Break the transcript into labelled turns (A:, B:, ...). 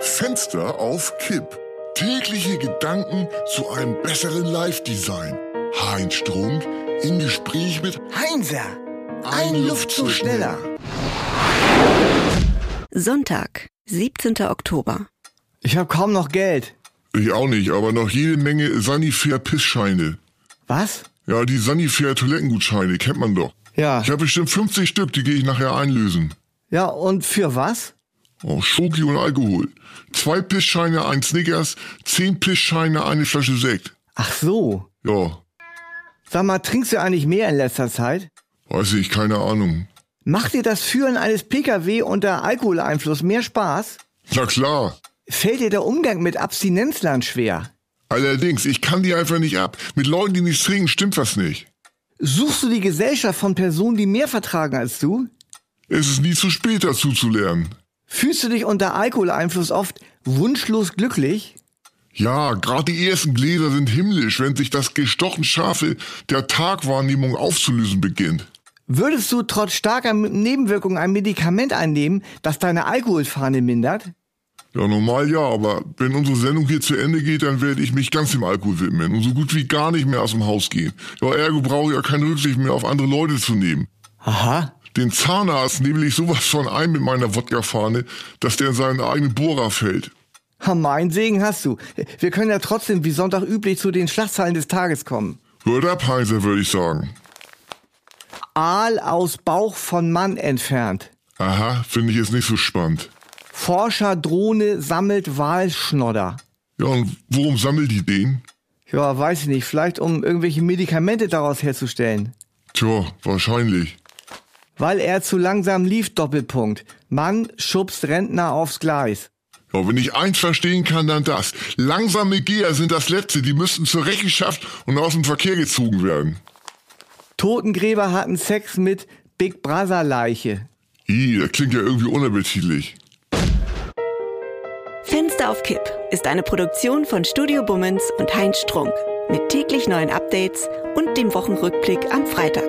A: Fenster auf Kipp. Tägliche Gedanken zu einem besseren Live-Design. Heinz Strunk im Gespräch mit
B: Heinser, ein, Luftzug ne? schneller.
C: Sonntag, 17. Oktober.
B: Ich habe kaum noch Geld.
A: Ich auch nicht, aber noch jede Menge Sanifair-Pissscheine.
B: Was?
A: Ja, die Sanifair-Toilettengutscheine kennt man doch.
B: Ja.
A: Ich habe bestimmt 50 Stück, die gehe ich nachher einlösen.
B: Ja, und für was?
A: Oh, Schoki und Alkohol. Zwei Pissscheine, ein Snickers, zehn Pissscheine, eine Flasche Sekt.
B: Ach so.
A: Ja,
B: Sag mal, trinkst du eigentlich mehr in letzter Zeit?
A: weiß ich, keine Ahnung.
B: Macht dir das Führen eines Pkw unter Alkoholeinfluss mehr Spaß?
A: Na klar.
B: Fällt dir der Umgang mit Abstinenzlern schwer?
A: Allerdings, ich kann die einfach nicht ab. Mit Leuten, die nichts trinken, stimmt was nicht.
B: Suchst du die Gesellschaft von Personen, die mehr vertragen als du?
A: Es ist nie zu spät, dazu zu lernen.
B: Fühlst du dich unter Alkoholeinfluss oft wunschlos glücklich?
A: Ja, gerade die ersten Gläser sind himmlisch, wenn sich das gestochen Scharfe der Tagwahrnehmung aufzulösen beginnt.
B: Würdest du trotz starker M- Nebenwirkungen ein Medikament einnehmen, das deine Alkoholfahne mindert?
A: Ja, normal ja, aber wenn unsere Sendung hier zu Ende geht, dann werde ich mich ganz dem Alkohol widmen und so gut wie gar nicht mehr aus dem Haus gehen. Ja, ergo brauche ich ja keine Rücksicht mehr auf andere Leute zu nehmen.
B: Aha.
A: Den Zahnarzt nebel ich sowas von ein mit meiner Wodkafahne, dass der in seinen eigenen Bohrer fällt.
B: Ha, Mein Segen hast du. Wir können ja trotzdem wie Sonntag üblich zu den Schlagzeilen des Tages kommen.
A: Hört ab, Heinze, würde ich sagen.
B: Aal aus Bauch von Mann entfernt.
A: Aha, finde ich jetzt nicht so spannend.
B: Forscherdrohne sammelt Walschnodder.
A: Ja, und worum sammelt die den?
B: Ja, weiß ich nicht. Vielleicht um irgendwelche Medikamente daraus herzustellen.
A: Tja, wahrscheinlich.
B: Weil er zu langsam lief, Doppelpunkt. Mann schubst Rentner aufs Gleis.
A: Ja, wenn ich eins verstehen kann, dann das. Langsame Geher sind das Letzte, die müssten zur Rechenschaft und aus dem Verkehr gezogen werden.
B: Totengräber hatten Sex mit Big Brother Leiche.
A: Ih, das klingt ja irgendwie unappetitlich.
C: Fenster auf Kipp ist eine Produktion von Studio Bummens und Heinz Strunk. Mit täglich neuen Updates und dem Wochenrückblick am Freitag.